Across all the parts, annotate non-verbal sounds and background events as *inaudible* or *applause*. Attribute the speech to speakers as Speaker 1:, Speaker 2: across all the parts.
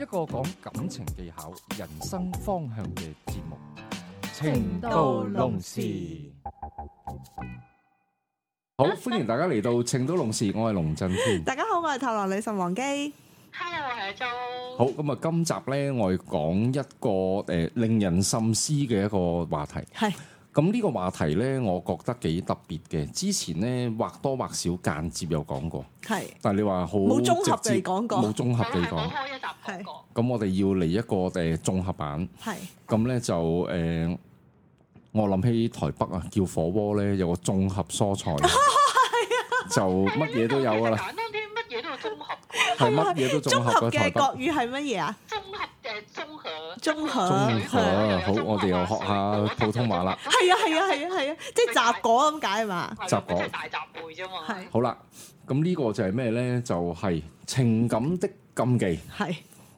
Speaker 1: 一個講感情技巧、人生方向嘅節目《
Speaker 2: 情到濃時》。
Speaker 1: 好，歡迎大家嚟到《情到濃時》，我係龍震天。
Speaker 3: 大家好，我係頭狼女神王姬。
Speaker 4: Hello，我係阿 Jo。
Speaker 1: 好，咁啊，今集咧，我哋講一個誒、呃令人深思嘅一個話題。
Speaker 3: 係
Speaker 1: 咁呢個話題咧，我覺得幾特別嘅。之前咧或多或少間接有講過，
Speaker 3: 係
Speaker 1: 但係你話好
Speaker 3: 冇綜合
Speaker 1: 直接
Speaker 3: 地講過
Speaker 1: 冇綜合
Speaker 4: 我
Speaker 1: 地
Speaker 4: 係冇
Speaker 1: 講。
Speaker 4: 開一集講過，
Speaker 1: 咁我哋要嚟一個誒綜合版，
Speaker 3: 係
Speaker 1: 咁咧就誒、呃我諗起台北啊，叫火鍋咧有個綜合蔬菜，啊
Speaker 3: *laughs*
Speaker 1: 就
Speaker 3: 啊
Speaker 1: 乜嘢都有㗎啦，
Speaker 4: 簡單啲，乜嘢都要綜合
Speaker 3: *laughs*
Speaker 4: 嘅，
Speaker 1: 係乜嘢都綜
Speaker 3: 綜
Speaker 1: 合
Speaker 3: 合
Speaker 1: 嘅
Speaker 3: 嘅
Speaker 1: 台北。
Speaker 3: 國語係乜嘢啊？
Speaker 4: 綜合誒綜合。
Speaker 3: 綜合
Speaker 1: 中
Speaker 3: 係啊
Speaker 1: 和好，我哋又學下普通話啦。
Speaker 3: 係啊係啊係啊係啊，即係雜果咁解係嘛？
Speaker 1: 雜果
Speaker 4: 真係大雜烩啫嘛。
Speaker 3: 係
Speaker 1: 好啦，咁呢個就係咩呢？就係、情感的禁忌。
Speaker 3: 係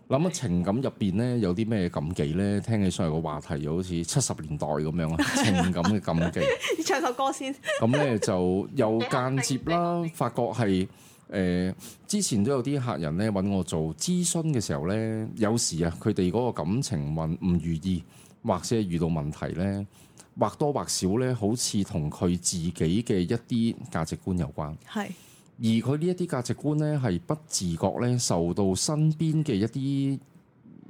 Speaker 1: 諗下情感入邊呢，有啲咩禁忌呢？聽起上嚟個話題又好似七十年代咁樣啊，情感嘅禁忌。
Speaker 3: 你唱首歌先。
Speaker 1: 咁呢，就又間接啦，發覺係誒、呃之前都有啲客人呢揾我做諮詢嘅時候呢，有時啊佢哋嗰個感情運唔如意，或者係遇到問題呢，或多或少呢，好似同佢自己嘅一啲價值觀有關。
Speaker 3: 係
Speaker 1: 而佢呢一啲價值觀呢，係不自覺呢受到身邊嘅一啲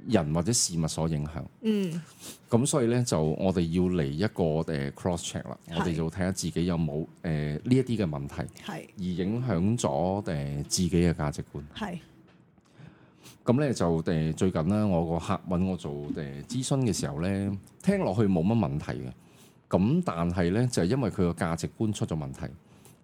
Speaker 1: 人或者事物所影響。
Speaker 3: 嗯
Speaker 1: 咁所以呢，就我哋要嚟一個誒 cross check 啦，我
Speaker 3: 係
Speaker 1: 哋就睇下自己有冇誒呢一啲嘅問題，
Speaker 3: 係
Speaker 1: 而影響咗誒呃自己嘅價值觀。
Speaker 3: 係
Speaker 1: 咁呢，就誒最近呢，我個客揾我做誒諮詢嘅時候呢，聽落去冇乜問題嘅。咁但係呢，就係因為佢個價值觀出咗問題，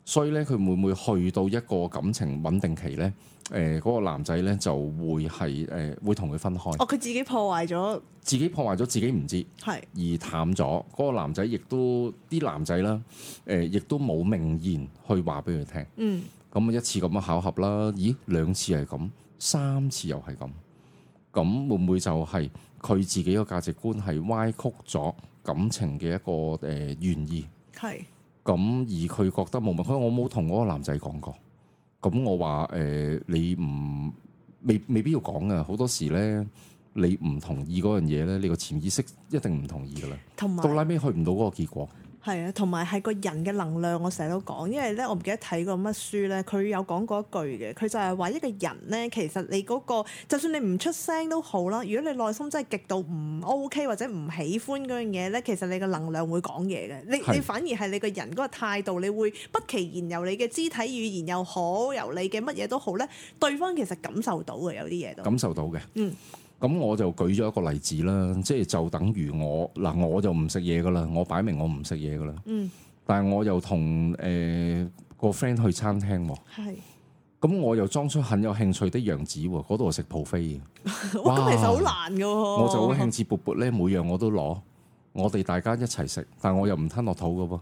Speaker 1: 所以呢，佢會唔會去到一個感情穩定期呢？誒、嗰、個男仔呢，就會係誒、會同佢分開，
Speaker 3: 哦，佢自己破壞咗
Speaker 1: 自己破壞咗自己唔知，
Speaker 3: 係
Speaker 1: 而淡咗。嗰、個男仔亦都啲男仔啦，誒、亦都冇明言去話俾佢聽。
Speaker 3: 嗯
Speaker 1: 咁啊一次咁嘅巧合啦，咦兩次係咁，三次又係咁，咁會唔會就係佢自己個價值觀係歪曲咗感情嘅一個誒、呃、原意？
Speaker 3: 係
Speaker 1: 咁而佢覺得冇問，佢話我冇同嗰個男仔講過，咁我話誒、呃你唔未未必要講啊，好多時咧你唔同意嗰樣嘢咧，你個潛意識一定唔同意噶啦，
Speaker 3: 同埋
Speaker 1: 到。拉尾去唔到嗰個結果。
Speaker 3: 係啊，同埋係個人嘅能量，我成日都講，因為咧，我唔記得睇過乜書咧，佢有講過一句嘅，佢就係話一個人咧，其實你嗰、個就算你唔出聲都好啦，如果你內心真係極度唔 OK 或者唔喜歡嗰樣嘢咧，其實你嘅能量會講嘢嘅，你
Speaker 1: 係
Speaker 3: 你反而係你個人嗰個態度，你會不其然由你嘅肢體語言又好，由你嘅乜嘢都好咧，對方其實感受到嘅有啲嘢都
Speaker 1: 感受到嘅。
Speaker 3: 嗯，
Speaker 1: 咁我就舉咗一個例子啦，即係就等於我嗱，我就唔食嘢噶啦，我擺明我唔食嘢噶啦。
Speaker 3: 嗯
Speaker 1: 但係我又同誒個 friend 去餐廳喎，
Speaker 3: 係，
Speaker 1: 咁我又裝出很有興趣的樣子喎，嗰度係食 buffet 嘅，
Speaker 3: *laughs* 哇咁其實好
Speaker 1: 哇
Speaker 3: 難嘅喎，
Speaker 1: 我就好興致勃勃咧，每樣我都攞，我哋大家一齊食，但我又唔吞落肚嘅喎。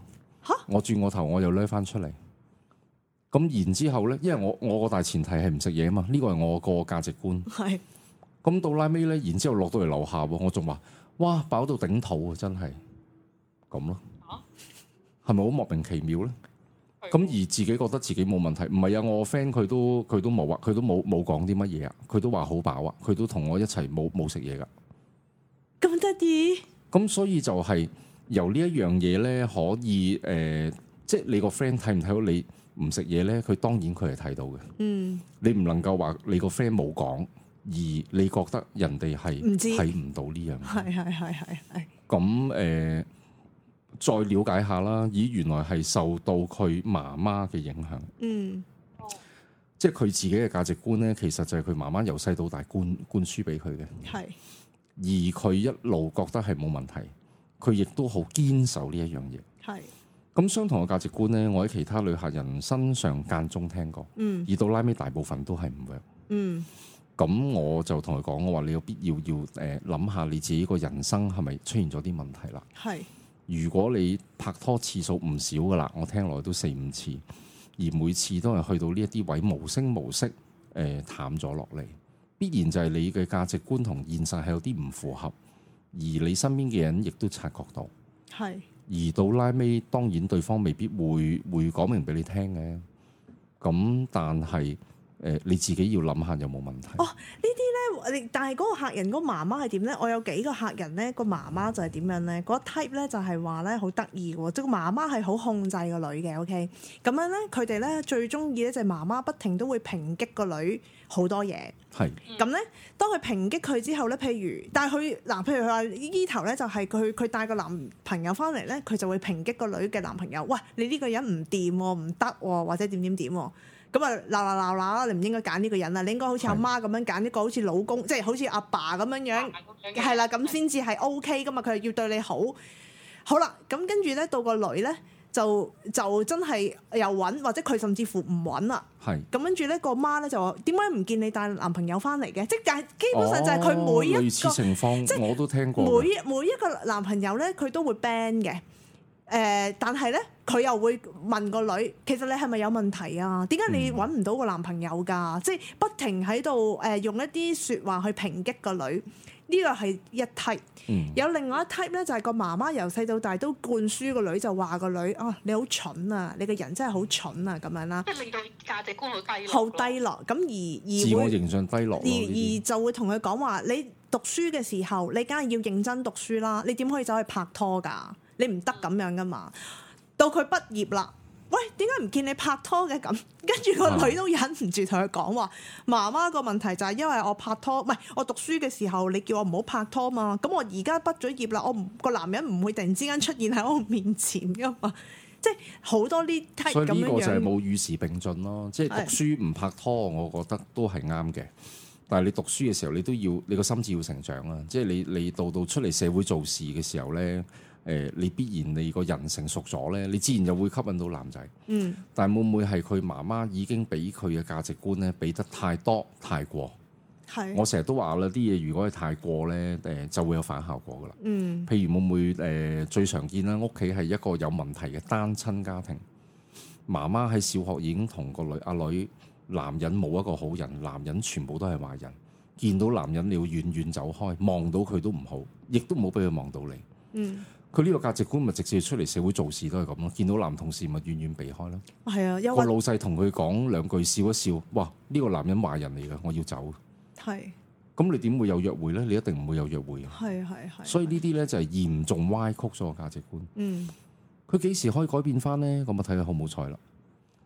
Speaker 3: 吓
Speaker 1: 我轉個頭我又掠翻出嚟。咁然之後咧，因為我我個大前提係唔食嘢啊嘛，呢個係我個價值觀。
Speaker 3: 係
Speaker 1: 咁到拉尾咧，然之後落到嚟樓下喎，我仲話：哇，飽到頂肚啊！真係咁咯
Speaker 4: 啊，
Speaker 1: 係咪好莫名其妙咧？咁而自己覺得自己冇問題，唔係啊！我 friend 佢都佢都冇啊，佢都冇冇講啲乜嘢啊，佢都話好飽啊，佢都同我一齊冇冇食嘢噶。
Speaker 3: 咁得意，
Speaker 1: 咁所以就係由呢一樣嘢咧，可以誒、呃即係你個 friend 睇唔睇到你唔食嘢咧？佢當然佢係睇到嘅。
Speaker 3: 嗯
Speaker 1: 你唔能夠話你個 friend 冇講，而你覺得人哋係
Speaker 3: 唔知
Speaker 1: 睇唔到呢樣嘢。
Speaker 3: 係係係係係。
Speaker 1: 咁誒、呃再了解下啦，咦，原來係受到佢媽媽嘅影響，
Speaker 3: 嗯，
Speaker 1: 即係佢自己嘅價值觀呢，其實就係佢媽媽由細到大灌灌輸俾佢嘅，
Speaker 3: 係
Speaker 1: 而佢一路覺得係冇問題，佢亦都好堅守呢一樣嘢。
Speaker 3: 係，
Speaker 1: 咁相同嘅價值觀呢，我喺其他旅客人身上間中聽過，
Speaker 3: 嗯
Speaker 1: 而到拉尾大部分都係唔 work。
Speaker 3: 嗯
Speaker 1: 咁我就同佢講，我話你有必要要誒諗下你自己個人生係咪出現咗啲問題啦。
Speaker 3: 係
Speaker 1: 如果你拍拖次數唔少噶啦，我聽落都四五次，而每次都係去到呢一啲位無聲無息誒、呃淡咗落嚟，必然就係你嘅價值觀同現實係有啲唔符合，而你身邊嘅人亦都察覺到。
Speaker 3: 係
Speaker 1: 而到拉尾，當然對方未必會會講明俾你聽嘅。咁但係誒、呃你自己要諗下有冇問題。
Speaker 3: 哦你但係嗰個客人嗰個媽媽係點咧？我有幾個客人咧，個媽媽就係點樣咧？嗰 type 咧就係話咧好得意嘅喎，即係個媽媽係好控制個女嘅。OK，咁樣咧，佢哋咧最中意咧就係媽媽不停都會抨擊個女好多嘢。
Speaker 1: 係
Speaker 4: 嗯
Speaker 3: 咁咧，當佢抨擊佢之後咧，譬如，但係佢嗱，譬如佢話呢頭咧，就係佢佢帶個男朋友翻嚟咧，佢就會抨擊個女嘅男朋友，喂，你呢個人唔掂喎，唔得喎，或者點點點喎，咁啊鬧鬧鬧鬧，你唔應該揀呢個人啊，你應該好似阿媽咁樣揀一個好似老公，即係好似阿爸咁樣
Speaker 4: 啊
Speaker 3: 樣。係啦，咁先至係 O K 噶嘛，佢係要對你好。好啦，咁跟住咧，到個女咧就就真係又揾，或者佢甚至乎唔揾啦。
Speaker 1: 係。
Speaker 3: 咁跟住咧，個媽咧就話：點解唔見你帶男朋友翻嚟嘅？即係基本上就係佢每一
Speaker 1: 哦
Speaker 3: 個、
Speaker 1: 類似情況，我都聽過嘅。
Speaker 3: 每每一個男朋友咧，佢都會 ban 嘅。誒、但係咧，佢又會問個女，其實你係咪有問題啊？點解
Speaker 1: 嗯
Speaker 3: 你揾唔到個男朋友㗎？即係不停喺度誒用一啲説話去抨擊個女，呢個係一 type。
Speaker 1: 嗯
Speaker 3: 有另外一 type 咧，就係個媽媽由細到大都灌輸個女，就話個女啊，你好蠢啊，你個人真係好蠢啊咁樣啦，
Speaker 4: 即係令到價值觀好低落
Speaker 3: 好
Speaker 4: 咯
Speaker 3: 低落。咁
Speaker 1: 自
Speaker 3: 而而
Speaker 1: 我
Speaker 3: 會
Speaker 1: 形象低落咯。
Speaker 3: 而
Speaker 1: 呢啲
Speaker 3: 而就會同佢講話，你讀書嘅時候，你梗係要認真讀書啦，你點可以走去拍拖㗎？你唔得咁樣㗎嘛。到佢畢業啦，喂，點解唔見你拍拖嘅咁？ *laughs* 跟住
Speaker 1: 啊
Speaker 3: 個女都忍唔住同佢講話，媽媽個問題就係因為我拍拖，唔係我讀書嘅時候，你叫我唔好拍拖嘛。咁我而家畢咗業啦，我唔個男人唔會突然之間出現喺我面前㗎嘛。 *laughs* 即係好多呢 type
Speaker 1: 所以
Speaker 3: 咁
Speaker 1: 呢
Speaker 3: 樣
Speaker 1: 個就係
Speaker 3: 樣。
Speaker 1: 冇與時並進咯，即係
Speaker 3: 係
Speaker 1: 讀書唔拍拖，我覺得都係啱嘅。但係你讀書嘅時候，你都要你個心智要成長啊！即係你你到到出嚟社會做事嘅時候呢，誒、你必然你個人成熟咗呢，你自然就會吸引到男仔。
Speaker 3: 嗯，
Speaker 1: 但係會唔會係佢媽媽已經俾佢嘅價值觀呢，俾得太多太過？
Speaker 3: 係，
Speaker 1: 我成日都話啦，啲嘢如果係太過呢，誒、就會有反效果噶啦。
Speaker 3: 嗯，
Speaker 1: 譬如會唔會誒、呃最常見啦，屋企係一個有問題嘅單親家庭，媽媽喺小學已經同個女阿女，男人冇一個好人，男人全部都係壞人，見到男人你要遠遠走開，望到佢都唔好，亦都冇俾佢望到你。
Speaker 3: 嗯，
Speaker 1: 佢呢個價值觀咪直接出嚟社會做事都係咁咯，見到男同事咪遠遠避開咯。
Speaker 3: 係啊，又
Speaker 1: 個
Speaker 3: 或
Speaker 1: 老細同佢講兩句笑一笑，哇！呢、個男人壞人嚟嘅，我要走。
Speaker 3: 係
Speaker 1: 咁你點會有約會呢？你一定唔會有約會嘅。
Speaker 3: 係係係，
Speaker 1: 所以呢啲呢，就係嚴重歪曲咗個價值觀。
Speaker 3: 嗯。
Speaker 1: 佢幾時可以改變翻呢？咁啊睇佢好唔好彩啦。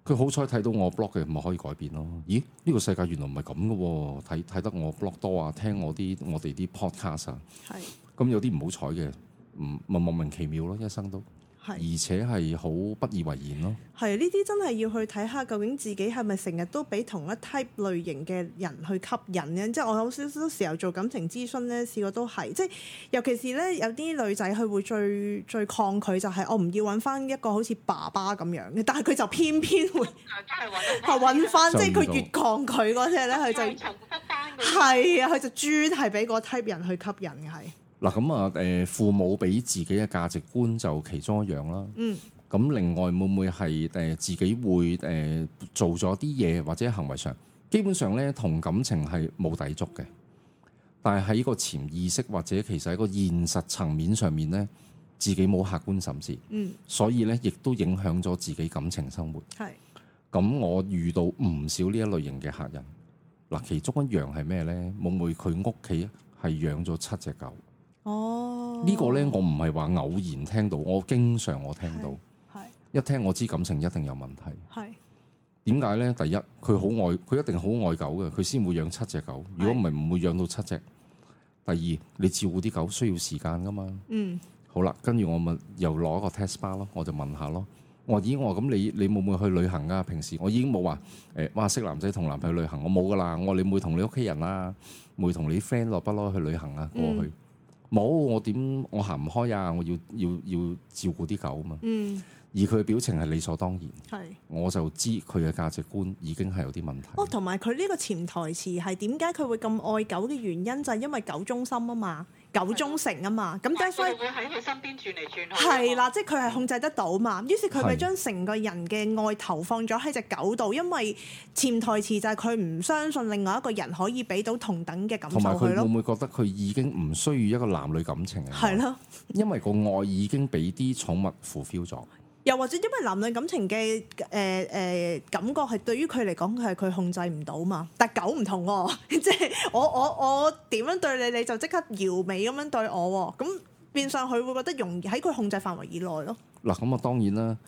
Speaker 1: 佢好彩睇到我 blog 嘅，咪可以改變咯。咦？呢、個世界原來唔係咁嘅喎，睇睇得我 blog 多啊，聽我啲我哋啲 podcast 啊。
Speaker 3: 係
Speaker 1: 咁有啲唔好彩嘅，唔咪莫名其妙咯，一生都，而
Speaker 3: 係
Speaker 1: 且係好不以為然咯。
Speaker 3: 係呢啲真係要去睇下，究竟自己係咪成日都俾同一 type 類型嘅人去吸引嘅？即係我有少少時候做感情諮詢咧，試過都係，即係尤其是咧有啲女仔佢會最最抗拒就係我唔要揾翻一個好似爸爸咁樣嘅，但係佢就偏偏會係
Speaker 4: 啊真係揾
Speaker 3: 揾翻，即係
Speaker 1: 就
Speaker 3: 佢
Speaker 1: 遇
Speaker 3: 越抗拒嗰只咧，佢就
Speaker 4: 重複翻嗰啲
Speaker 3: 係啊，佢就專係俾嗰 type 人去吸引嘅係，
Speaker 1: 嗱咁啊，誒、父母俾自己嘅價值觀就其中一樣啦。
Speaker 3: 嗯，
Speaker 1: 咁另外會唔會係誒、自己會誒、做咗啲嘢或者行為上，基本上咧同感情係冇抵觸嘅，但係喺個潛意識或者其實喺個現實層面上面咧，自己冇客觀審視，
Speaker 3: 嗯，
Speaker 1: 所以咧亦都影響咗自己感情生活。
Speaker 3: 係
Speaker 1: 咁我遇到唔少呢一類型嘅客人，嗱其中一樣係咩咧？會唔會佢屋企係養咗七隻狗？
Speaker 3: 哦，
Speaker 1: 呢個呢，我唔係話偶然聽到，我經常我聽到，
Speaker 3: 係
Speaker 1: 一聽我知感情一定有問題。
Speaker 3: 係
Speaker 1: 點解呢？第一，佢好愛，佢一定好愛狗嘅，佢先會養七隻狗。如果唔係，唔會養到七隻。第二，你照顧啲狗需要時間噶嘛。
Speaker 3: 嗯
Speaker 1: 好啦，跟住我咪又攞一個 test bar 咯，我就問下咯。我話咦，我話咁你你會唔會去旅行啊？平時我已經冇話誒，哇識男仔同男朋友旅
Speaker 3: 嗯
Speaker 1: 行，我冇噶啦。我話你會同你屋企人啊，會同你 friend 落不落去旅行啊？過去冇我點我行唔開啊！我要要要照顧啲狗啊嘛。
Speaker 3: 嗯，
Speaker 1: 而佢嘅表情係理所當然，
Speaker 3: 係。
Speaker 1: 我就知佢嘅價值觀已經係有啲問題。
Speaker 3: 哦，同埋佢呢個潛台詞係點解佢會咁愛狗嘅原因就係因為狗忠心啊嘛，狗忠誠啊嘛，咁
Speaker 4: 咁
Speaker 3: that's
Speaker 4: 佢
Speaker 3: why
Speaker 4: 哋會喺佢身邊轉嚟轉去。
Speaker 3: 係，啦，即係佢係控制得到嘛。於是佢咪
Speaker 1: 係
Speaker 3: 將成個人嘅愛投放咗喺只狗度，因為潛台詞就係佢唔相信另外一個人可以俾到同等嘅感受
Speaker 1: 同埋佢
Speaker 3: 佢
Speaker 1: 會
Speaker 3: 咯，
Speaker 1: 唔會覺得佢已經唔需要一個男女感情啊？
Speaker 3: 係咯。
Speaker 1: 因為個愛已經俾啲寵物 fulfill 咗。
Speaker 3: 又或者因為男女感情嘅誒誒感覺係對於佢嚟講佢係佢控制唔到嘛，但狗唔同喎、 *laughs* 即係我我我點樣對你，你就即刻搖尾咁樣對我喎、咁變相佢會覺得容易喺佢控制範圍以內咯。
Speaker 1: 嗱，咁啊當然啦，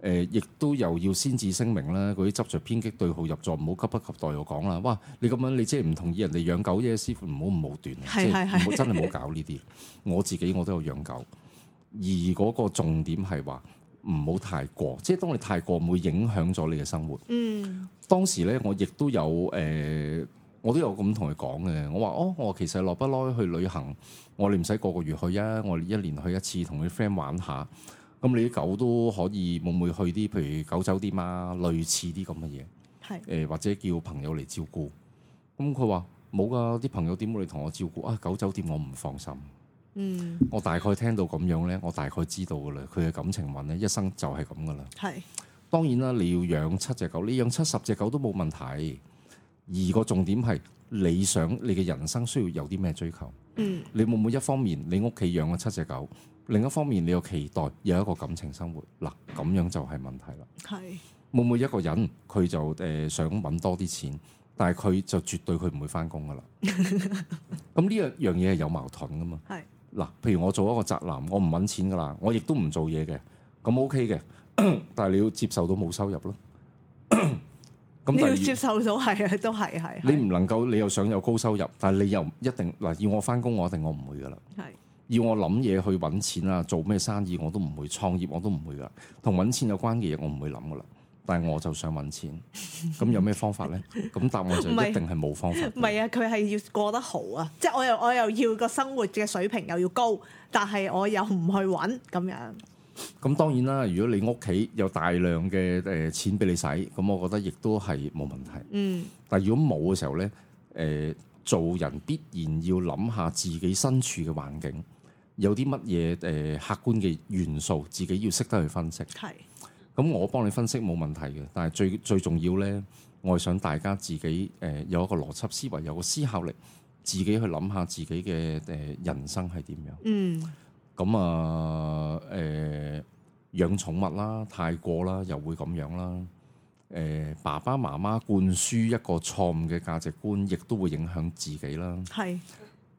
Speaker 1: 誒、亦都又要先至聲明啦，嗰啲執着偏激對號入座，唔好急不及待又講啦。哇，你咁樣你即係唔同意人哋養狗啫，師傅唔好唔武斷啊，
Speaker 3: 係
Speaker 1: 即
Speaker 3: 係
Speaker 1: 係
Speaker 3: 係
Speaker 1: 唔好真係唔好搞呢啲。我自己我都有養狗，而嗰個重點係話唔好太過，即係當你太過會影響咗你嘅生活。
Speaker 3: 嗯，
Speaker 1: 當時咧，我亦都有誒、呃我都有咁同佢講嘅。我話哦，我其實落不耐去旅行，我哋唔使個個月去啊，我哋一年去一次，同啲 friend 玩下。咁你啲狗都可以會唔會去啲譬如狗酒店啊，類似啲咁嘅嘢？誒、
Speaker 3: 係
Speaker 1: 或者叫朋友嚟照顧。咁佢話冇㗎，啲朋友點會嚟同我照顧啊？狗酒店我唔放心。
Speaker 3: 嗯
Speaker 1: 我大概聽到咁樣呢，我大概知道㗎啦。佢嘅感情運呢，一生就係咁㗎啦。
Speaker 3: 係
Speaker 1: 當然啦，你要養七隻狗，你養七十隻狗都冇問題。而個重點係你想你嘅人生需要有啲咩追求？
Speaker 3: 嗯
Speaker 1: 你會唔會一方面你屋企養咗七隻狗，另一方面你有期待有一個感情生活？嗱，咁樣就係問題啦。
Speaker 3: 係
Speaker 1: 會唔會一個人佢就誒、呃想揾多啲錢，但係佢就絕對佢唔會翻工噶啦。
Speaker 3: *laughs*
Speaker 1: 咁呢樣嘢係有矛盾噶嘛？
Speaker 3: 係
Speaker 1: 嗱，譬如我做一個宅男，我唔揾錢噶啦，我亦都唔做嘢嘅，咁 OK 嘅， *coughs* 但係你要接受到冇收入
Speaker 3: *coughs*
Speaker 1: 咯。咁
Speaker 3: 你
Speaker 1: 第
Speaker 3: 要
Speaker 1: 二
Speaker 3: 接受到係啊，都係係
Speaker 1: 你
Speaker 3: 係
Speaker 1: 唔能夠，你又想有高收入，但係你又一定嗱，要我翻工，我一定我唔會噶啦。
Speaker 3: 係
Speaker 1: 要我諗嘢去揾錢啊，做咩生意我都唔會，創業我都唔會噶，同揾錢有關嘅嘢我唔會諗噶啦。但係我就想揾
Speaker 3: *laughs*
Speaker 1: 錢，咁有咩方法呢？咁答案就
Speaker 3: 唔係
Speaker 1: 一定係冇方法。
Speaker 3: 唔係啊，佢係要過得好啊，即係我又我又要個生活嘅水平又要高，但係我又唔去揾咁樣。
Speaker 1: 咁當然啦，如果你屋企有大量嘅誒錢俾你使，咁我覺得亦都係冇問題。
Speaker 3: 嗯
Speaker 1: 但係如果冇嘅時候呢，誒、做人必然要諗下自己身處嘅環境有啲乜嘢誒客觀嘅元素，自己要識得去分析。
Speaker 3: 係。
Speaker 1: 咁我幫你分析冇問題嘅，但係最最重要呢，我係想大家自己誒、呃有一個邏輯思維，有個思考力，自己去諗下自己嘅誒、呃人生係點樣。
Speaker 3: 嗯，
Speaker 1: 咁啊誒養寵物啦，太過啦，又會咁樣啦。誒、爸爸媽媽灌輸一個錯誤嘅價值觀，亦都會影響自己啦。
Speaker 3: 係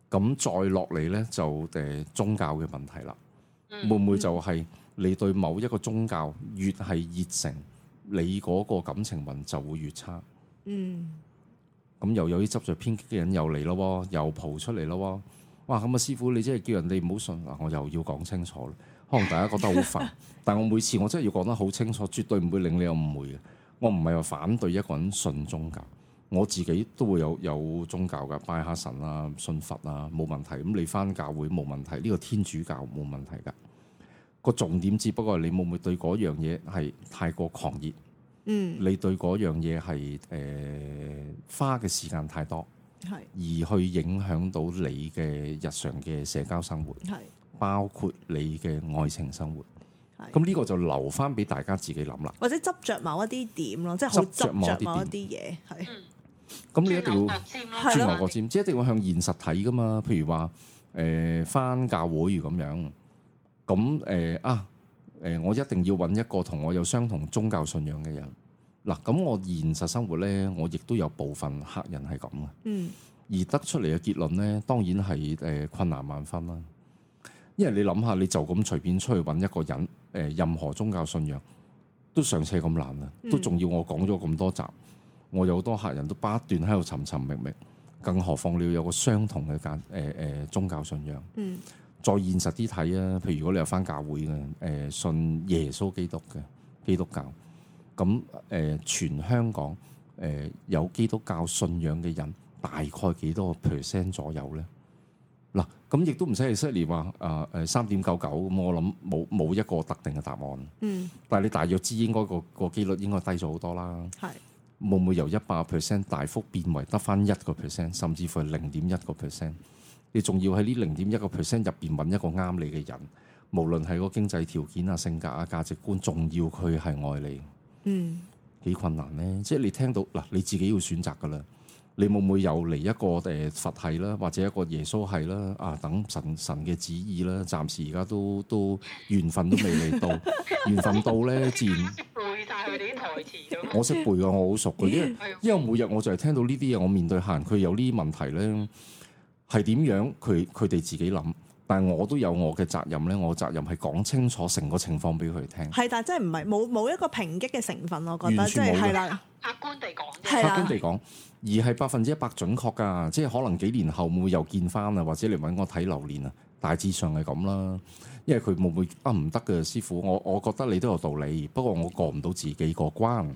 Speaker 1: 咁再落嚟呢，就誒、呃宗教嘅問題啦。
Speaker 4: 嗯
Speaker 1: 會唔會就係你對某一個宗教越係熱誠，你嗰個感情運就會越差？
Speaker 3: 嗯
Speaker 1: 咁又有啲執着偏激嘅人又嚟咯喎，又蒲出嚟咯喎。哇！咁啊，師傅你真係叫人哋唔好信啊嗱，我又要講清楚啦。可能大家覺得好煩，但我每次我真係要講得好清楚，絕對唔會令你有誤會嘅。我唔係話反對一個人信宗教，我自己都會有有宗教㗎，拜下神啊，信佛啊，冇問題。咁你翻教會冇問題，呢、個天主教冇問題㗎。個重點只不過係你會唔會對嗰樣嘢係太過狂熱？
Speaker 3: 嗯
Speaker 1: 你對嗰樣嘢係誒花嘅時間太多，
Speaker 3: 係
Speaker 1: 而去影響到你嘅日常嘅社交生活，
Speaker 3: 係
Speaker 1: 包括你嘅愛情生活。
Speaker 3: 係
Speaker 1: 咁呢個就留翻俾大家自己諗啦。
Speaker 3: 或者執着某一啲點咯，即係好
Speaker 1: 執着
Speaker 3: 執
Speaker 1: 某一啲
Speaker 3: 着
Speaker 1: 點
Speaker 3: 某一啲嘢，係
Speaker 1: 咁你一定要
Speaker 4: 要
Speaker 3: 係
Speaker 1: 轉
Speaker 3: 咯
Speaker 1: 牛角尖，即係一定要向現實睇噶嘛。譬如話誒翻教會咁樣，咁誒、呃啊誒、呃我一定要揾一個同我有相同宗教信仰嘅人。嗱，咁我現實生活呢，我亦都有部分客人係咁嘅。
Speaker 3: 嗯
Speaker 1: 而得出嚟嘅結論呢，當然係誒、呃困難萬分啦。因為你諗下，你就咁隨便出去揾一個人，誒、任何宗教信仰都尚且咁難啦，
Speaker 3: 嗯
Speaker 1: 都仲要我講咗咁多集，我有好多客人都不斷喺度尋尋覓覓，更何況你要有個相同嘅間誒誒宗教信仰。
Speaker 3: 嗯
Speaker 1: 再現實啲睇啊，譬如如果你有翻教會嘅，誒、信耶穌基督嘅基督教，咁誒、全香港誒、呃有基督教信仰嘅人大概幾多個 percent 左右呢？嗱，咁亦都唔使係 Sally 話啊誒三點九九咁，我諗冇冇一個特定嘅答案，
Speaker 3: 嗯，
Speaker 1: 但係你大約知應該個個機率應該低咗好多啦。
Speaker 3: 係
Speaker 1: 會唔會由一百 percent 大幅變為得翻一個 percent，甚至乎係零點一個 percent？你仲要喺呢零點一個 percent 入邊揾一個啱你嘅人，無論係個經濟條件啊、性格啊、價值觀，仲要佢係愛你，
Speaker 3: 嗯
Speaker 1: 幾困難呢？即係你聽到嗱，你自己要選擇噶啦。你會唔會有嚟一個誒佛系啦，或者一個耶穌系啦？啊，等神神嘅旨意啦，暫時而家都都緣分都未嚟到，緣分到呢，
Speaker 4: *laughs*
Speaker 1: 自然。
Speaker 4: 背晒佢哋啲台詞咁。
Speaker 1: 我識背㗎，我好熟嘅，因為
Speaker 4: 係啊
Speaker 1: 因為每日我就係聽到呢啲嘢，我面對客人佢有呢啲問題咧，係點樣佢佢哋自己諗，但係我都有我嘅責任咧，我責任係講清楚成個情況俾佢哋聽。
Speaker 3: 係，但係真係唔係冇冇一個抨擊嘅成分，我覺得
Speaker 1: 完
Speaker 3: 即
Speaker 1: 全冇
Speaker 3: 係
Speaker 1: 嘅
Speaker 3: 係啦，
Speaker 4: 客觀地講啫。
Speaker 3: 係啊
Speaker 1: 客
Speaker 3: 啦
Speaker 1: 觀地講，而係百分之一百準確㗎，即係可能幾年後會唔會又見翻啊，或者嚟揾我睇流年啊，大致上係咁啦。因為佢會唔會啊唔得嘅師傅，我我覺得你都有道理，不過我過唔到自己個關，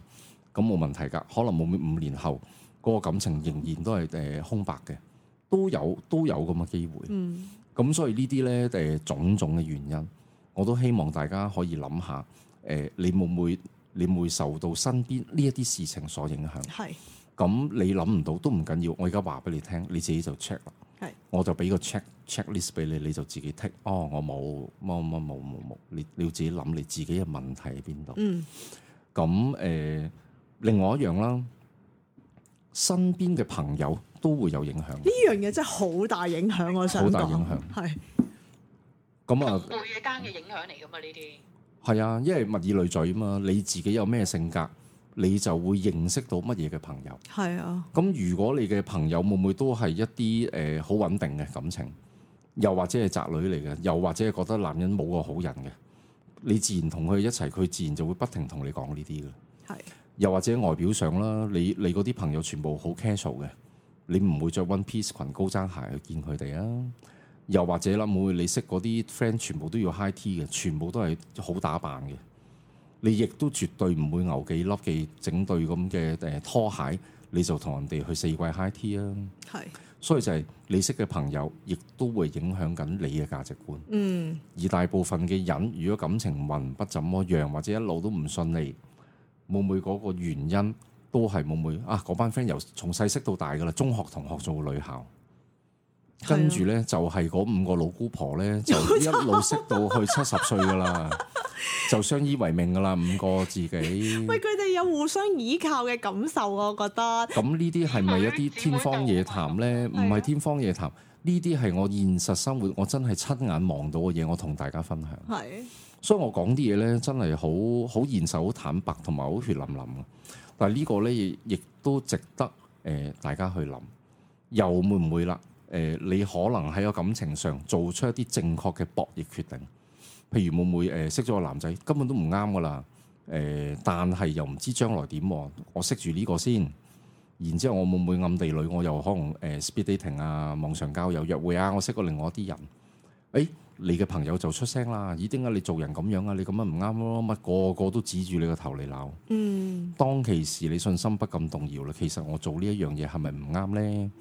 Speaker 1: 咁冇問題㗎。可能冇五年後嗰、個感情仍然都係誒、呃空白嘅，都有都有咁嘅機會。
Speaker 3: 嗯
Speaker 1: 咁所以呢啲咧誒種種嘅原因，我都希望大家可以諗下誒、呃你會唔會你會唔會受到身邊呢一啲事情所影響？
Speaker 3: 係
Speaker 1: 咁你諗唔到都唔緊要，我而家話俾你聽，你自己就 check 啦
Speaker 3: 係。
Speaker 1: 我就俾個 check checklist 俾你，你就自己 tick。哦，我冇，冇冇冇冇冇，你你要自己諗你自己嘅問題喺邊度。
Speaker 3: 嗯
Speaker 1: 咁誒、呃另外一樣啦，身邊嘅朋友都會有影響
Speaker 3: 呢。樣嘢真係好大影響，我想
Speaker 1: 好
Speaker 3: 講
Speaker 1: 大影響
Speaker 3: 係
Speaker 1: 咁啊
Speaker 4: 同，輩嘅間嘅影響嚟噶嘛呢啲。
Speaker 1: 係啊，因為物以類聚啊嘛，你自己有咩性格，你就會認識到乜嘢嘅朋友。
Speaker 3: 係啊，
Speaker 1: 咁如果你嘅朋友會唔會都係一啲誒好穩定嘅感情，又或者係宅女嚟嘅，又或者係覺得男人冇個好人嘅，你自然同佢一齊，佢自然就會不停同你講呢啲嘅。
Speaker 3: 係
Speaker 1: 又或者外表上啦，你你嗰啲朋友全部好 casual 嘅，你唔會着 one piece 裙高踭鞋去見佢哋啊。又或者啦，每你識嗰啲 friend 全部都要 high tea 嘅，全部都係好打扮嘅。你亦都絕對唔會牛幾粒嘅整對咁嘅誒拖鞋，你就同人哋去四季 high tea 啊。
Speaker 3: 係
Speaker 1: 所以就係你識嘅朋友，亦都會影響緊你嘅價值觀。
Speaker 3: 嗯
Speaker 1: 而大部分嘅人，如果感情運不怎麼樣，或者一路都唔順利，會唔會嗰個原因都係會唔會啊？嗰班 friend 由從細識到大噶啦，中學同學做女校，
Speaker 3: 係啊
Speaker 1: 跟住呢，就係、嗰五個老姑婆
Speaker 3: *laughs*
Speaker 1: 呢，就一路識到去七十歲噶啦，就相依為命噶啦，五個自己。
Speaker 3: 喂，佢哋有互相依靠嘅感受，我覺得
Speaker 1: 咁呢啲係
Speaker 3: 啊
Speaker 1: 咪一啲天方夜談呢？唔
Speaker 3: 係啊
Speaker 1: 係天方夜談，呢啲係我現實生活，我真係親眼望到嘅嘢，我同大家分享。
Speaker 3: 係
Speaker 1: 所以我講啲嘢咧，真係好好現實、好坦白同埋好血淋淋嘅。但係呢個咧，亦亦都值得誒、呃大家去諗，又會唔會啦？誒、你可能喺個感情上做出一啲正確嘅博弈決定，譬如會唔會誒、呃、識咗個男仔根本都唔啱噶啦？誒、但係又唔知將來點喎？我識住呢個先，然之後我會唔會暗地裏我又可能誒、呃 speed dating 啊、網上交友、約會啊，我識過另外一啲人。誒，你嘅朋友就出聲啦！咦，點解你做人咁樣啊？你咁樣唔啱咯，乜個個都指住你個頭嚟鬧。
Speaker 3: 嗯
Speaker 1: 當其時你信心不禁動搖啦。其實我做呢一樣嘢係咪唔啱呢？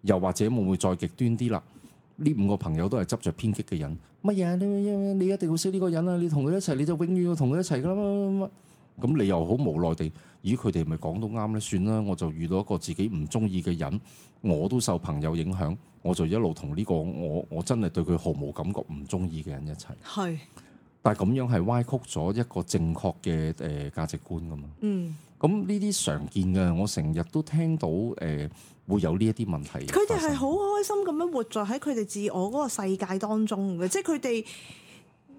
Speaker 1: 又或者會唔會再極端啲啦？呢五個朋友都係執着偏激嘅人，乜嘢啊你你你一定要識呢個人啊！你同佢一齊你就永遠要同佢一齊噶啦乜乜乜咁你又好無奈地，咦佢哋咪講到啱呢？算啦，我就遇到一個自己唔中意嘅人，我都受朋友影響，我就一路同呢個我我真係對佢毫無感覺唔中意嘅人一齊。
Speaker 3: 係
Speaker 1: 但係咁樣係歪曲咗一個正確嘅誒價值觀噶嘛。
Speaker 3: 嗯，
Speaker 1: 咁呢啲常見嘅，我成日都聽到誒、呃、會有呢一啲問題發生。
Speaker 3: 佢哋係好開心咁樣活在喺佢哋自我嗰個世界當中嘅，即係佢哋。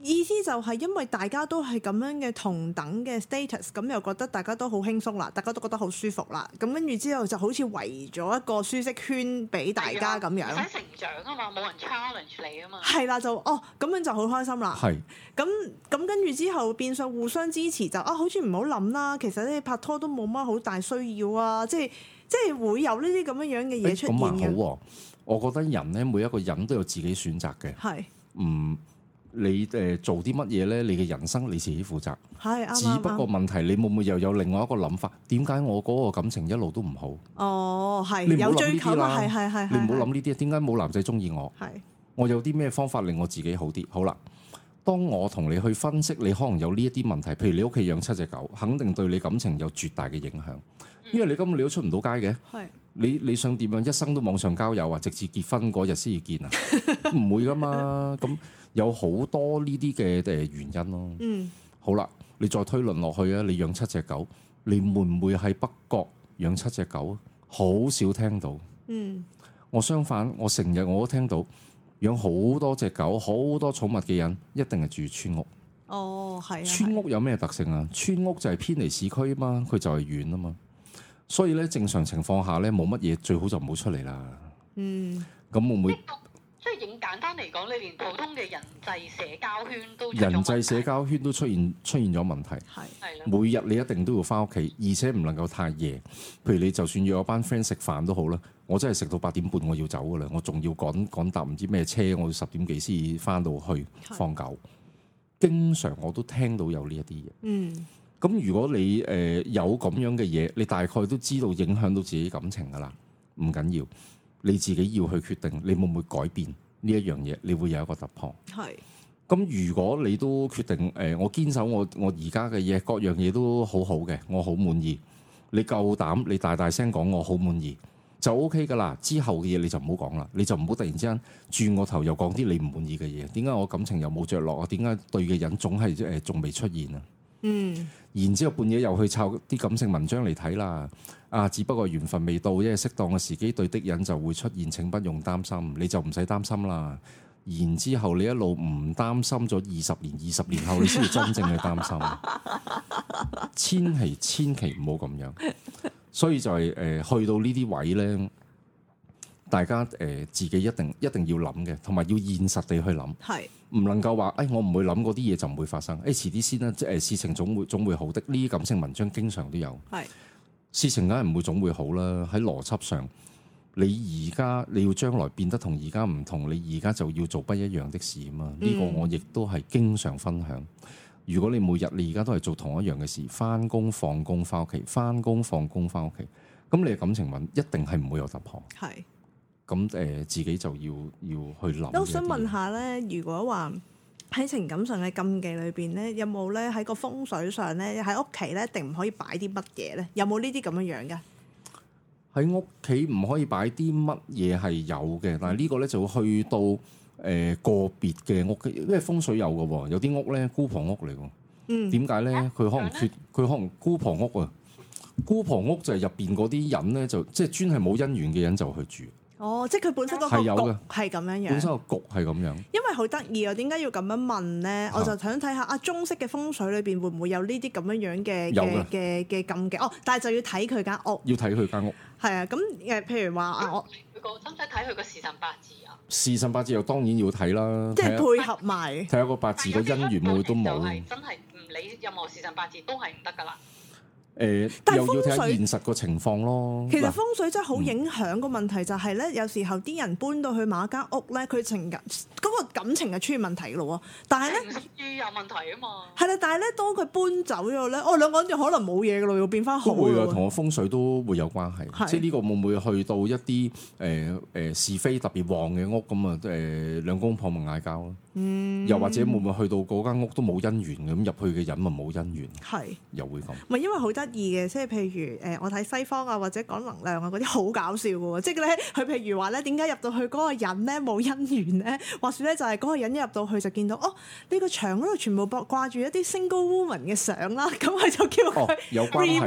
Speaker 3: 意思就係因為大家都係咁樣嘅同等嘅 status，咁又覺得大家都好輕鬆啦，大家都覺得好舒服啦，咁跟住之後就好似圍咗一個舒適圈俾大家咁
Speaker 4: 唔
Speaker 3: 樣，
Speaker 4: 使成長啊嘛，冇人 challenge 你啊嘛。
Speaker 3: 係啦就哦咁樣就好開心啦。
Speaker 1: 係
Speaker 3: 咁咁跟住之後變相互相支持就啊，好似唔好諗啦。其實咧拍拖都冇乜好大需要啊，即係即係會有呢啲咁樣樣嘅嘢
Speaker 1: 誒
Speaker 3: 出
Speaker 1: 咁啊還好
Speaker 3: 現嘅，
Speaker 1: 喎、我覺得人咧每一個人都有自己選擇嘅。
Speaker 3: 係
Speaker 1: 嗯，你誒、呃做啲乜嘢咧？你嘅人生你自己負責。
Speaker 3: 係啱
Speaker 1: 只
Speaker 3: 啱
Speaker 1: 不過
Speaker 3: 啱。
Speaker 1: 問題你會唔會又有另外一個諗法？點解我嗰個感情一路都唔好？
Speaker 3: 哦，係
Speaker 1: 你唔好
Speaker 3: 有
Speaker 1: 諗呢
Speaker 3: 追
Speaker 1: 啲
Speaker 3: 求啊，
Speaker 1: 啦
Speaker 3: 係係係係。
Speaker 1: 你唔好諗呢啲，點解冇男仔中意我？
Speaker 3: 係。
Speaker 1: 我有啲咩方法令我自己好啲？好啦，當我同你去分析，你可能有呢一啲問題，譬如你屋企養七隻狗，肯定對你感情有絕大嘅影響，因為你根本你都出唔到街嘅。
Speaker 3: 係
Speaker 1: 你你想點樣一生都網上交友啊？直至結婚嗰日先至見啊？唔會噶嘛。咁有好多呢啲嘅誒原因咯。
Speaker 3: 嗯
Speaker 1: 好啦，你再推論落去啊！你養七隻狗，你會唔會喺北角養七隻狗啊？好少聽到。
Speaker 3: 嗯
Speaker 1: 我相反，我成日我都聽到養好多隻狗、好多寵物嘅人，一定係住村屋。
Speaker 3: 哦係啊
Speaker 1: 村
Speaker 3: 係
Speaker 1: 屋有咩特性啊？村屋就係偏離市區啊嘛，佢就係遠啊嘛。所以咧，正常情況下咧，冇乜嘢最好就唔好出嚟啦。
Speaker 3: 嗯
Speaker 1: 咁會唔會
Speaker 4: 即係影簡單嚟講，你連普通嘅人際社交圈都出咗
Speaker 1: 人
Speaker 4: 問
Speaker 1: 際社
Speaker 4: 題
Speaker 1: 交圈都出現出現咗問題？
Speaker 3: 係
Speaker 4: 係啦，
Speaker 1: 每日你一定都要翻屋企，而且唔能夠太夜。譬如你就算約我班 friend 食飯都好啦，我真係食到八點半我要走噶啦，我仲要趕趕搭唔知咩車，我要十點幾先翻到去
Speaker 3: 係
Speaker 1: 放狗。經常我都聽到有呢一啲嘢。
Speaker 3: 嗯
Speaker 1: 咁如果你誒、呃有咁樣嘅嘢，你大概都知道影響到自己感情噶啦，唔緊要，你自己要去決定，你會唔會改變呢一樣嘢，你會有一個突破。
Speaker 3: 係
Speaker 1: 咁如果你都決定誒、呃我堅守我我而家嘅嘢，各樣嘢都好好嘅，我好滿意。你夠膽，你大大聲講我好滿意就 O K 噶啦。之後嘅嘢你就唔好講啦，你就唔好突然之間轉個頭又講啲你唔滿意嘅嘢。點解我感情又冇着落啊？點解對嘅人總係誒仲未出現啊？
Speaker 3: 嗯
Speaker 1: 然之後半夜又去抄啲感性文章嚟睇啦。啊，只不過緣分未到，因為適當嘅時機對的人就會出現，請不用擔心，你就唔使擔心啦。然之後你一路唔擔心咗二十年，二十年後你先至真正去擔心。 *laughs* 千祈千祈唔好咁樣。所以就係、呃去到呢啲位呢，大家誒、呃自己一定一定要諗嘅，同埋要現實地去諗。
Speaker 3: 係
Speaker 1: 唔能夠話，誒、哎我唔會諗嗰啲嘢就唔會發生，誒、哎遲啲先啦，即係事情總會總會好的。呢啲感性文章經常都有，
Speaker 3: 係
Speaker 1: 事情梗係唔會總會好啦。喺邏輯上，你而家你要將來變得同而家唔同，你而家就要做不一樣的事啊嘛。呢、個
Speaker 3: 嗯
Speaker 1: 我亦都係經常分享。如果你每日你而家都係做同一樣嘅事，翻工放工翻屋企，翻工放工翻屋企，咁你嘅感情運一定係唔會有突破。
Speaker 3: 係。
Speaker 1: 咁誒、呃自己就要要去諗。
Speaker 3: 都想問，下咧，如果話喺情感上嘅禁忌裏邊咧，有冇咧喺個風水上咧，喺屋企咧一定唔可以擺啲乜嘢咧？有冇呢啲咁樣樣嘅？
Speaker 1: 喺屋企唔可以擺啲乜嘢係有嘅，但係呢個呢就去到誒、呃、個別嘅屋企，因為風水有嘅喎，有啲屋呢，姑婆屋嚟喎。
Speaker 3: 嗯，
Speaker 1: 點解呢？佢可能缺，佢可能姑婆屋啊，姑婆屋就係入邊嗰啲人呢，就即係專係冇姻緣嘅人就去住，
Speaker 3: 哦，即係佢本身嗰個
Speaker 1: 係有
Speaker 3: 局
Speaker 1: 嘅
Speaker 3: 係咁樣
Speaker 1: 本
Speaker 3: 樣。
Speaker 1: 身個局係咁樣。
Speaker 3: 因為好得意啊，點解要咁樣問咧？我就想睇下啊，中式嘅風水裏邊會唔會有呢啲咁樣樣嘅
Speaker 1: 有啊
Speaker 3: 嘅嘅嘅禁忌？哦，但係就要睇佢間屋，
Speaker 1: 要睇佢間屋，
Speaker 3: 係啊。咁誒，譬如話啊，我
Speaker 4: 佢個使唔使睇佢個時辰八字啊？
Speaker 1: 時辰八字又當然要睇啦，
Speaker 3: 即
Speaker 1: 睇啊下
Speaker 3: 係配合埋
Speaker 1: 睇下個八字個姻緣會唔會都
Speaker 4: 但有啲
Speaker 1: 冇
Speaker 4: 人。就係真係唔理任何時辰八字都係唔得㗎啦。
Speaker 1: 誒、
Speaker 3: 但係
Speaker 1: 呃又要睇下
Speaker 3: 風水
Speaker 1: 現實個情況咯。
Speaker 3: 其
Speaker 1: 嗯
Speaker 3: 實
Speaker 1: 嗱
Speaker 3: 風水真係好影響個問題，就係咧，有時候啲人搬到去某一間屋咧，佢情感嗰個感情就出現問題咯喎。但係咧，
Speaker 4: 情緒有問題啊嘛。
Speaker 3: 係啦，但係咧，當佢搬走咗咧，哦，兩個人就可能冇嘢噶咯，又變翻好
Speaker 1: 都會啊，
Speaker 3: 咯喎
Speaker 1: 同我風水都會有關係。
Speaker 3: 係
Speaker 1: 即係呢個會唔會去到一啲誒誒是非特別旺嘅屋咁啊？誒、兩公婆咪嗌交咯。
Speaker 3: 嗯
Speaker 1: 又或者會唔會去到嗰間屋都冇姻緣咁入去嘅人咪冇姻緣，
Speaker 3: 係。
Speaker 1: 又
Speaker 3: *laughs*
Speaker 1: 會咁。
Speaker 3: 唔係因為好得意嘅，即係譬如誒、呃我睇西方啊，或者講能量啊嗰啲好搞笑嘅喎，即係咧，佢譬如話咧，點解入到去嗰個人咧冇姻緣咧？話説咧，就係、嗰個人一入到去就見到，哦，呢個牆嗰度全部掛掛住一啲 single woman 嘅相啦，咁佢就叫佢、
Speaker 1: 哦有關
Speaker 3: remove，
Speaker 1: 係
Speaker 3: 因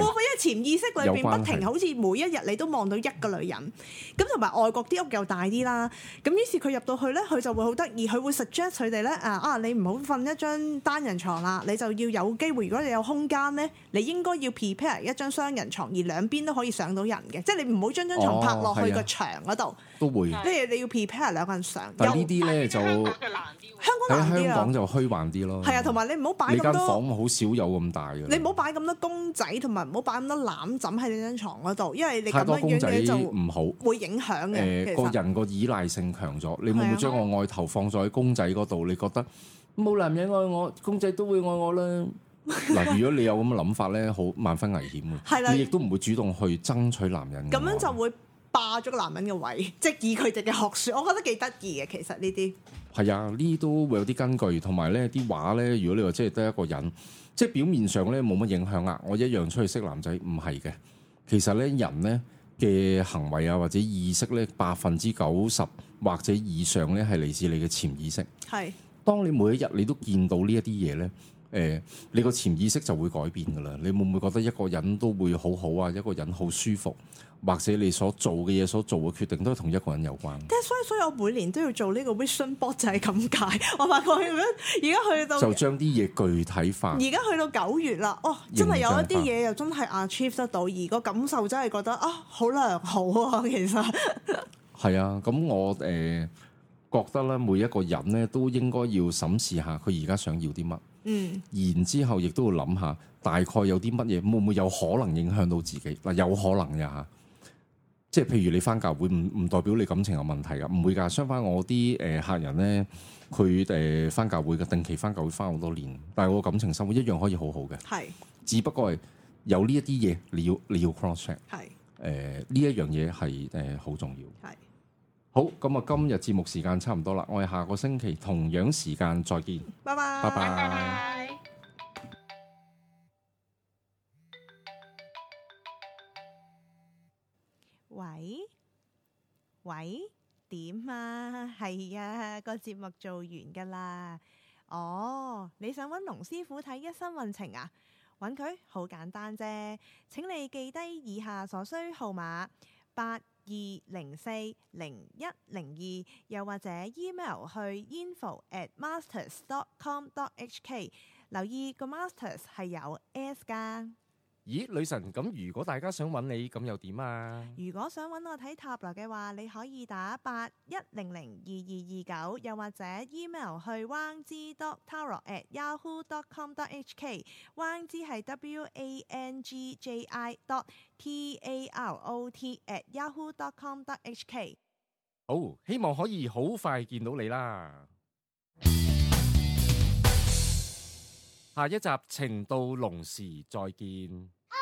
Speaker 3: 為潛意識裏
Speaker 1: 有
Speaker 3: 邊
Speaker 1: 關
Speaker 3: 不停
Speaker 1: 係
Speaker 3: 好似每一日你都望到一個女人，咁同埋外國啲屋又大啲啦，咁於是佢入到去咧，佢就會好得意，佢會 suggest 佢哋咧啊啊，你唔好瞓一張單人床啦，你就要有機會，如果你有空間咧，你應該要 prepare 一張雙人床，而兩邊都可以上到人嘅，即係你唔好將張床拍落
Speaker 1: 哦
Speaker 3: 去
Speaker 1: 係啊
Speaker 3: 個牆嗰度，
Speaker 1: 都會。
Speaker 4: 係
Speaker 3: 即係你要 prepare 兩個人上。
Speaker 1: 但係
Speaker 3: 又
Speaker 1: 呢啲咧就
Speaker 4: 但係香
Speaker 1: 喺
Speaker 4: 港就難啲
Speaker 1: *laughs*
Speaker 4: 喎。
Speaker 3: 香港難
Speaker 1: 香
Speaker 3: 啲
Speaker 1: 港
Speaker 3: 啊，
Speaker 1: 就虛幻啲咯。
Speaker 3: 係啊，同埋你唔好擺
Speaker 1: 你間
Speaker 3: 咁多
Speaker 1: 房。好少有咁大嘅。
Speaker 3: 你唔好擺咁多公仔，同埋唔好擺咁多攬枕喺你張床嗰度，因為你咁
Speaker 1: 太多
Speaker 3: 樣
Speaker 1: 公
Speaker 3: 樣
Speaker 1: 仔
Speaker 3: 嘢就
Speaker 1: 唔好。
Speaker 3: 會影響嘅。其
Speaker 1: 誒個
Speaker 3: 實
Speaker 1: 人個啊依賴性強咗，你會唔
Speaker 3: 係啊
Speaker 1: 會將我愛頭放咗喺公仔嗰度？你覺得冇男人愛我，公仔都會愛我
Speaker 3: *laughs*
Speaker 1: 啦。嗱，如果你有咁嘅諗法咧，好萬分危險
Speaker 3: 係
Speaker 1: 嘅。
Speaker 3: 啦
Speaker 1: 你亦都唔會主動去爭取男人嘅愛。
Speaker 3: 咁樣就會
Speaker 5: 霸咗個男人嘅位， *laughs* 即係以佢哋嘅學説，我覺得幾得意嘅。其實呢啲
Speaker 1: 係啊，呢都會有啲根據，同埋咧啲話咧，如果你話即係得一個人，即係表面上咧冇乜影響啊，我一樣出去識男仔，唔係嘅。其實咧人咧嘅行為啊或者意識咧，百分之九十或者以上咧係嚟自你嘅潛意識。
Speaker 5: 係
Speaker 1: 當你每一日你都見到呢一啲嘢咧。誒、你個潛意識就會改變㗎啦。你會唔會覺得一個人都會好好啊？一個人好舒服，或者你所做嘅嘢、所做嘅決定都係同一個人有關。
Speaker 5: 即係所以所以我每年都要做呢個 vision board 就係咁解。 *laughs* 我發覺而家而家去到
Speaker 1: 就啊將啲嘢具體化。
Speaker 5: 而家去到九月啦，哦，真係有一啲嘢又真係 achieve 得到，而個感受真係覺得啊，好良好啊，其實
Speaker 1: 係啊，咁我誒、呃、覺得咧，每一個人咧都應該要審視下佢而家想要啲
Speaker 5: 嗯
Speaker 1: 乜，然之後亦都要諗下大概有啲乜嘢會唔會有可能影響到自己嗱，有可能呀嚇。即係譬如你翻教會唔唔代表你感情有問題㗎，唔會㗎。相反，我啲誒、呃客人咧，佢誒翻教會嘅，定期翻教會翻好多年，但係我感情生活一樣可以好好嘅，
Speaker 5: 係
Speaker 1: 只不過係有呢一啲嘢你要你要 cross check。
Speaker 5: 係
Speaker 1: 誒呢一樣嘢係誒好重要。
Speaker 5: 係
Speaker 1: 好，咁啊，今日節目時間差唔多啦，我哋下個星期同樣時間再見，
Speaker 5: 拜拜
Speaker 1: 拜拜。
Speaker 4: 拜拜。
Speaker 3: 喂喂，點啊？ *laughs* 係啊，個節目做完噶啦。哦，你想揾龍師傅睇一生運程啊？揾佢好簡單啫。請你記低以下所需號碼：八二零四零一零二，又或者 email 去 info at masters dot com dot hk。留意個 masters 係有 s 㗎。
Speaker 1: 咦，女神，咁如果大家想揾你，咁又點啊？
Speaker 3: 如果想揾我睇塔羅嘅話，你可以打八一零零二二二九，又或者 email 去 wang z dot tarot at yahoo dot com dot hk。wang z 係 w a n g j i dot t a r o t at yahoo dot com dot hk。
Speaker 1: 好，希望可以好快見到你啦。下一集情到濃時再見。
Speaker 6: 啊